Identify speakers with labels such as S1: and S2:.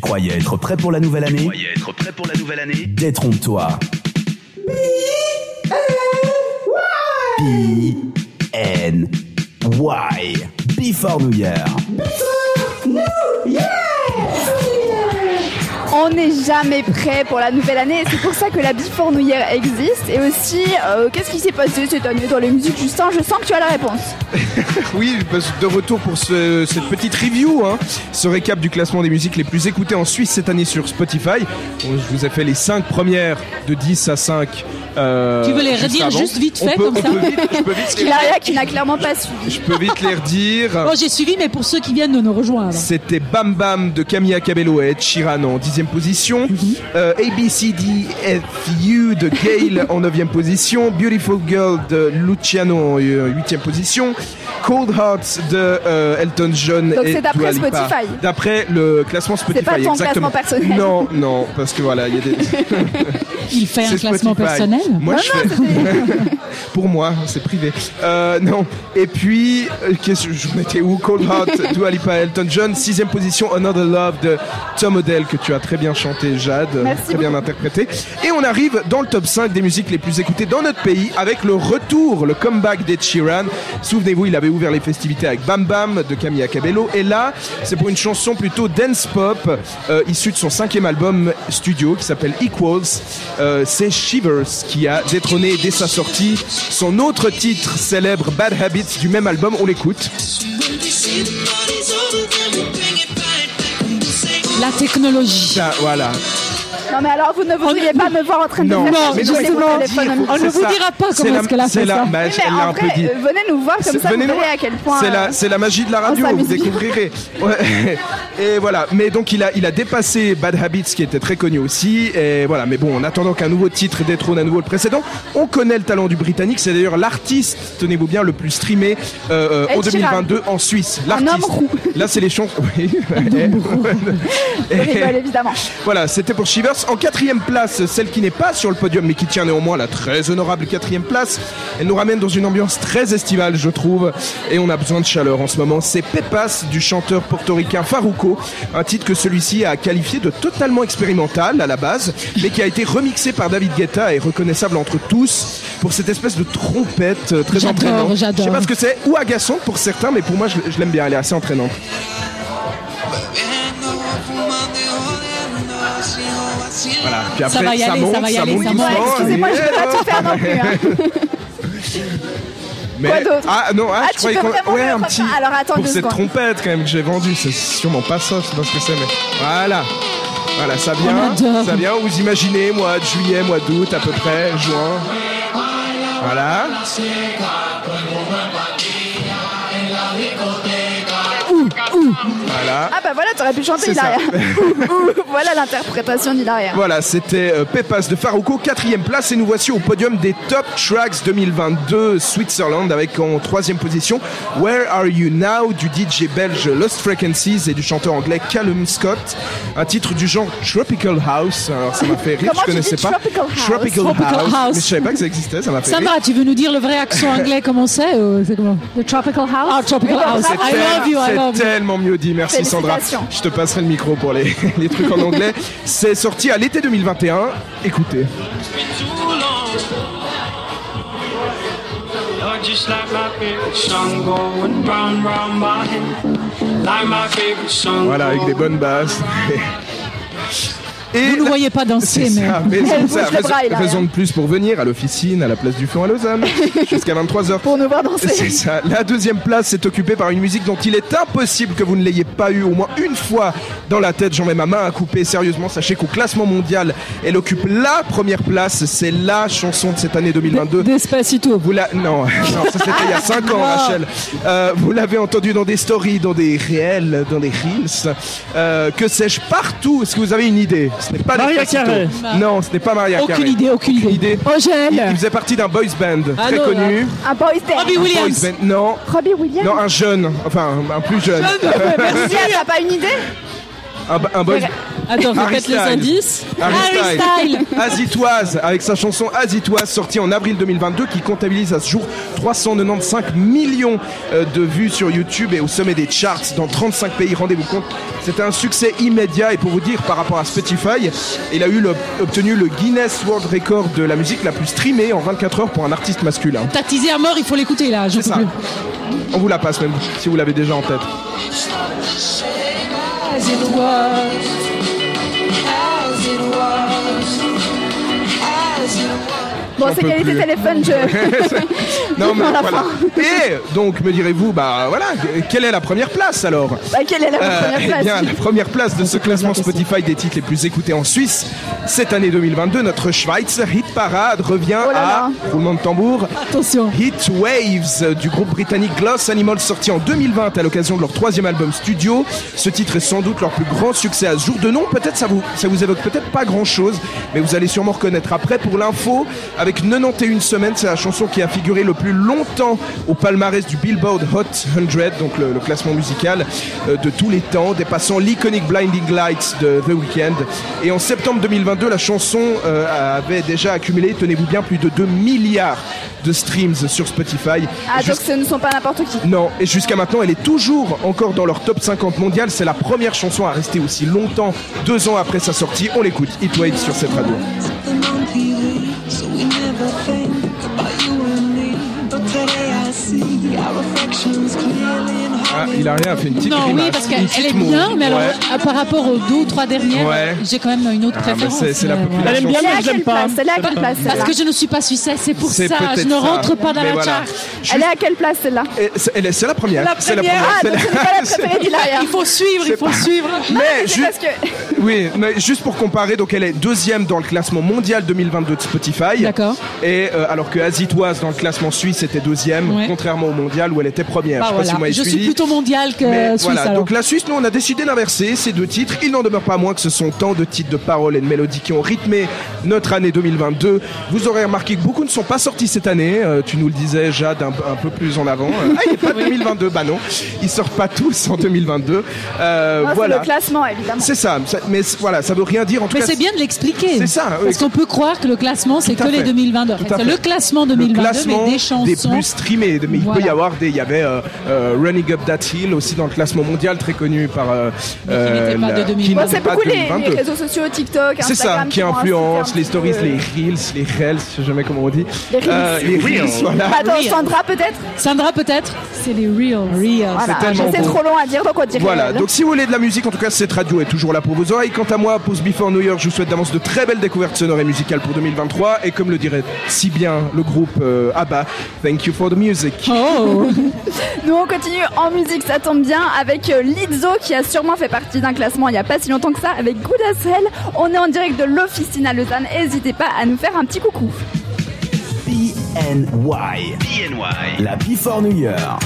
S1: croyais être prêt pour la nouvelle année
S2: Croyez être prêt pour la nouvelle année
S1: Détrompe-toi. B N Y Before New Year.
S3: On n'est jamais prêt pour la nouvelle année, et c'est pour ça que la Before New Year existe. Et aussi, euh, qu'est-ce qui s'est passé cette année dans les musiques, Justin Je sens que tu as la réponse.
S4: Oui, parce que de retour pour ce- cette petite review, hein. ce récap du classement des musiques les plus écoutées en Suisse cette année sur Spotify. Bon, je vous ai fait les 5 premières de 10 à 5. euh,
S5: Tu veux les redire
S4: avant.
S5: juste vite
S4: On
S5: fait,
S4: peut-
S5: comme
S4: on
S5: ça
S4: peut vite- je, peux vite les,
S3: Hilaria qui n'a clairement pas suivi.
S4: je peux vite les redire.
S5: Bon, j'ai suivi, mais pour ceux qui viennent de nous rejoindre.
S4: C'était Bam Bam de Camilla Cabello et Ed Sheeran en dixième position.
S3: Mhm.
S4: Euh, ABCDFU de Gail en neuvième position. Beautiful Girl de Luciano en euh, huitième position. Cold Hearts de euh, Elton John.
S3: Donc
S4: et
S3: c'est d'après
S4: Dua Lipa.
S3: Spotify.
S4: D'après le classement Spotify.
S3: pas ton classement
S4: exactement.
S3: personnel.
S4: Non, non, parce que voilà, il y a des.
S5: Il fait un
S4: c'est
S5: classement
S4: Spotify.
S5: personnel.
S4: Moi, je fais- Pour moi, c'est privé. Euh, non. Et puis, euh, qu'est-ce que je mettais où Cold Heart, Dua Lipa, Elton John. Sixième position, Another Love de Tom Odell, que tu as très bien chanté, Jade.
S3: Merci
S4: très bien interprété. Et on arrive dans le top 5 des musiques les plus écoutées dans notre pays avec le retour, le comeback d'Ed Sheeran. Souvenez-vous, il avait ouvert les festivités avec Bam Bam de Camilla Cabello. Et là, c'est pour une chanson plutôt dance pop, euh, issue de son cinquième album studio qui s'appelle Equals. Euh, c'est Shivers qui a détrôné dès sa sortie son autre titre célèbre Bad Habits du même album. On l'écoute.
S5: La technologie.
S4: Ça, voilà.
S3: Non mais alors vous ne voudriez pas me voir en train de
S4: Non,
S3: faire
S5: Non,
S3: chier
S5: je
S3: avec
S5: sais
S3: mon
S5: pas.
S3: téléphone en
S5: On
S3: même temps.
S5: ne vous
S4: ça.
S5: dira pas
S4: C'est
S5: comment
S4: la-
S5: est-ce qu'elle a
S4: c'est
S5: fait
S4: la-
S5: ça.
S4: bah,
S3: Oui, mais
S4: elle l'a
S3: en
S4: un peu
S3: vrai,
S4: dit.
S3: euh, venez nous voir comme ça, vous
S4: Venez nous
S3: verrez
S4: voir.
S3: à quel point.
S4: C'est
S3: euh,
S4: la, c'est la magie de la radio,
S3: s'amuse
S4: vous
S3: bien.
S4: découvrirez. Ouais. Et voilà. Mais donc, il a, il a dépassé Bad Habits, qui était très connu aussi. Et voilà. Mais bon, en attendant qu'un nouveau titre détrône à nouveau le précédent, on connaît le talent du Britannique. C'est d'ailleurs l'artiste, tenez-vous bien, le plus streamé euh, euh,
S3: Ed
S4: en 2022 en Suisse.
S3: homme
S4: L'artiste.
S3: roux.
S4: Là, c'est les chansons. Oui.
S3: je rigole, évidemment.
S4: Voilà, c'était pour Shivers. En quatrième place, celle qui n'est pas sur le podium, mais qui tient néanmoins la très honorable quatrième place. Elle nous ramène dans une ambiance très estivale, je trouve. Et on a besoin de chaleur en ce moment. C'est Pepas du chanteur portoricain Faruco. Un titre que celui-ci a qualifié de totalement expérimental à la base, mais qui a été remixé par David Guetta et reconnaissable entre tous pour cette espèce de trompette euh, très
S5: J'adore,
S4: entraînante. Je sais
S5: j'adore.
S4: pas ce que c'est, ou agaçante pour certains, mais pour moi, je, je l'aime bien. Elle est assez entraînante. Voilà. Puis
S5: Ça
S4: après,
S5: va y aller, ça
S4: monte,
S5: va y aller,
S4: monte
S5: ça monte.
S4: doucement.
S5: Ouais,
S3: Excusez-moi, je ne peux pas
S4: Oh, Yeah.
S3: tout faire non plus. hein.
S4: Mais-
S3: Quoi d'autre
S4: Ah non, ah,
S3: Ah,
S4: je
S3: tu
S4: croyais
S3: peux
S4: qu'on-
S3: vraiment
S4: ouais,
S3: le
S4: un
S3: refaire
S4: petit.
S3: Alors, attends
S4: pour
S3: deux
S4: cette
S3: secondes.
S4: trompette quand même que j'ai vendue, c'est sûrement pas ça, je sais pas ce que c'est, mais voilà. Voilà, ça
S5: On
S4: vient,
S5: adore.
S4: ça vient. Vous imaginez, mois de juillet, mois d'août à peu près, juin. Voilà. Voilà.
S3: Ah bah voilà, t'aurais pu chanter
S4: C'est ça.
S3: Hilaria. Ouh, ouh, voilà l'interprétation d'Hilaria.
S4: Voilà, c'était euh, Pepas de Faruco, quatrième place, et nous voici au podium des Top Tracks 2022 Switzerland avec en troisième position Where Are You Now du DJ belge Lost Frequencies et du chanteur anglais Callum Scott, un titre du genre Tropical House. Alors ça m'a fait rire,
S3: Comment
S4: je
S3: tu
S4: connaissais
S3: dis
S4: pas.
S3: Tropical House
S5: Tropical House.
S4: Mais je savais pas que ça existait, ça m'a fait rire.
S5: Sandra, tu veux nous dire le vrai accent anglais comment c'est ou c'est comment
S6: The Tropical House.
S5: Ah, Tropical House.
S4: C'est
S5: I
S4: tel-
S5: love you, I
S4: c'est
S5: love you.
S4: tellement mieux dit, merci Sandra.
S3: Félicitations.
S4: Je te passerai le micro pour les, les trucs en anglais. C'est sorti à l'été 2021. Écoutez.
S7: You're just like my favorite song going round round my head. Like my favorite song.
S4: Voilà, avec des bonnes basses. Et
S5: Vous ne
S4: la-
S5: voyez pas danser,
S4: c'est
S5: mais.
S4: ça, mais
S3: Elle
S4: c'est
S3: bouge
S4: ça,
S3: le
S4: raison,
S3: bras, il a
S4: raison
S3: rien.
S4: de plus pour venir à l'officine, à la place du Fond à Lausanne, jusqu'à 23h.
S3: Pour nous voir danser.
S4: C'est ça. La deuxième place est occupée par une musique dont il est impossible que vous ne l'ayez pas eu au moins une fois dans la tête. J'en mets ma main à couper. Sérieusement, sachez qu'au classement mondial, elle occupe la première place. C'est la chanson de cette année 2022.
S5: Despacito.
S4: Vous la... Non, non, ça c'était il y a 5 ans, Rachel. Euh, vous l'avez entendu dans des stories, dans des réels, dans des reels. Euh, que sais-je, partout. Est-ce que vous avez une idée Ce n'est pas
S8: Maria
S4: Despacito.
S8: Carré.
S4: Non, ce n'est pas Maria
S5: Aucune
S4: Carré.
S5: idée, aucune idée.
S4: Ah, idée. Il, il
S5: Angèle.
S4: faisait partie d'un boys band
S5: Ah
S4: très
S5: non,
S4: connu.
S3: Un boys band.
S5: Robbie Williams.
S4: Boys band, non.
S3: Robbie Williams.
S4: Non, un jeune, enfin un plus jeune.
S3: Merci, elle n'a pas une idée
S4: un, un boys.
S5: Attends,
S4: Harry
S5: répète les
S4: Styles.
S5: indices.
S4: Harry Styles.
S5: Style.
S4: Azitoise avec sa chanson Azitoise sortie en avril 2022 qui comptabilise à ce jour 395 millions euh, de vues sur YouTube et au sommet des charts dans 35 pays. Rendez-vous compte, c'était un succès immédiat et pour vous dire par rapport à Spotify, il a eu le- obtenu le Guinness World Record de la musique la plus streamée en 24 heures pour un artiste masculin.
S5: T'as teasé à mort, il faut l'écouter là, je
S4: C'est
S5: peux
S4: ça.
S5: plus.
S4: On vous la passe même si vous l'avez déjà en tête.
S5: As it was.
S3: Bon,
S4: J'en
S3: c'est
S4: peux
S3: qualité
S4: plus.
S3: téléphone, je.
S4: Non mais
S3: À la
S4: voilà. Et donc me direz-vous, bah voilà, quelle est la première place alors
S3: Bah, quelle est la
S4: Euh,
S3: première
S4: eh
S3: place
S4: bien, la première place de ce classement Spotify des titres les plus écoutés en Suisse. Cette année 2022, notre Schweizer Hit Parade revient
S3: Oh là là.
S4: à, roulement de tambour,
S5: Attention.
S4: Hit Waves euh, du groupe britannique Gloss Animal sorti en 2020 à l'occasion de leur troisième album studio. Ce titre est sans doute leur plus grand succès à ce jour. De nom, peut-être ça vous, ça vous évoque peut-être pas grand-chose, mais vous allez sûrement reconnaître. Après, pour l'info, avec 91 semaines, c'est la chanson qui a figuré le plus longtemps au palmarès du Billboard Hot 100, donc le, le classement musical euh, de tous les temps, dépassant l'iconique Blinding Lights de The Weeknd. Et en septembre 2022, la chanson euh, avait déjà accumulé, tenez-vous bien, plus de 2 milliards de streams sur Spotify.
S3: Ah, donc
S4: Jusqu'-
S3: ce ne sont pas n'importe qui.
S4: Non, et jusqu'à maintenant, elle est toujours encore dans leur top 50 mondial. C'est la première chanson à rester aussi longtemps, deux ans après sa sortie. On l'écoute, It Waits sur cette radio.
S2: Something on TV, so we never think about you and me. But today I see our reflections clearly in
S4: Ah, il a rien, fait une petite
S5: Non,
S4: grimace,
S5: oui, parce
S4: une
S5: qu'elle
S4: petite
S5: elle est
S4: moue.
S5: bien, mais alors
S4: Ouais.
S5: à- par rapport aux deux ou trois dernières,
S4: Ouais.
S5: j'ai quand même une autre
S4: Ah, mais
S5: préférence.
S4: c'est- c'est la
S5: mais voilà.
S4: population.
S6: Elle aime bien,
S3: Elle
S6: mais
S3: est à
S6: elle
S3: quelle
S6: l'aime pas.
S3: place Elle est à quelle place
S5: Parce
S3: celle-là
S5: que je ne suis pas suissesse, c'est pour ça.
S4: C'est
S5: Je
S4: peut-être
S5: ne
S4: ça.
S5: rentre pas dans
S4: Mais
S5: la
S4: voilà.
S5: charte.
S3: Elle est à quelle place celle-là
S4: Et c'est- Elle est, c'est la première.
S5: La
S4: C'est la
S5: première.
S4: première.
S3: Ah,
S4: C'est
S3: donc
S4: la- Euh,
S3: ce n'est pas la préférée d'Hilaria.
S5: Il faut suivre, il faut suivre.
S4: Mais
S3: C'est
S4: ju-
S3: parce que.
S4: Oui, mais juste pour comparer, donc elle est deuxième dans le classement mondial 2022 de Spotify.
S5: D'accord.
S4: Et euh, alors que Azitoise dans le classement suisse était deuxième,
S5: Ouais.
S4: contrairement au mondial où elle était première.
S5: Bah,
S4: je sais pas si vous
S5: voilà.
S4: m'avez
S5: Je suis
S4: suivi.
S5: plutôt mondiale que
S4: Mais
S5: Euh, suisse
S4: voilà,
S5: alors.
S4: donc la Suisse, nous on a décidé d'inverser ces deux titres. Il n'en demeure pas moins que ce sont tant de titres de paroles et de mélodies qui ont rythmé notre année 2022. Vous aurez remarqué que beaucoup ne sont pas sortis cette année. Euh, tu nous le disais, Jade, un, un peu plus en avant. Euh, ah, il n'est pas 2022, bah non, ils sortent pas tous en 2022. Euh,
S5: Ah,
S3: Non, c'est
S4: voilà.
S3: le classement, évidemment.
S4: C'est ça, ça- mais c- voilà, ça veut rien dire en tout
S5: Mais
S4: cas.
S5: c'est bien de l'expliquer.
S4: C'est ça, oui.
S5: Parce qu'on peut croire que le classement, c'est
S4: Tout à
S5: que les
S4: fait.
S5: 2022.
S4: Tout à
S5: C'est
S4: fait.
S5: le classement
S4: le
S5: 2022,
S4: classement
S5: mais des chansons.
S4: plus streamés. Mais il peut
S5: Voilà.
S4: y avoir des. Il y avait euh, euh, Running Up That Hill aussi dans le classement mondial, très connu par. euh,
S5: n'était pas de
S4: la-
S5: 2022.
S4: qui
S3: Bon,
S4: n'était
S3: c'est
S4: pas
S3: beaucoup les,
S4: 2022.
S3: les réseaux sociaux, TikTok, Instagram. euh,
S4: C'est ça, qui
S3: font un
S4: influence
S3: petit
S4: les stories,
S3: peu-
S4: les reels, les reels, je sais jamais comment on dit. Euh,
S3: Les reels.
S4: les reels, voilà.
S3: Bah, Attends,
S5: Real.
S3: Sandra peut-être
S5: Sandra, peut-être C'est les real. Real.
S3: Voilà,
S4: tellement
S3: Ah, je sais,
S4: beau.
S3: trop long à dire, donc on dirait.
S4: Voilà,
S3: elle.
S4: donc si vous voulez de la musique, en tout cas cette radio est toujours là pour vos oreilles. Quant à moi, pause Before New York, je vous souhaite d'avance de très belles découvertes sonores et musicales pour 2023. Et comme le dirait si bien le groupe euh, ABBA, thank you for the music.
S5: Oh
S3: Nous on continue en musique, ça tombe bien, avec euh, Lizzo qui a sûrement fait partie d'un classement il n'y a pas si longtemps que ça, avec Good as Hell. On est en direct de l'officine à Lausanne, n'hésitez pas à nous faire un petit coucou.
S1: BNY.
S8: BNY.
S1: La Before New Year.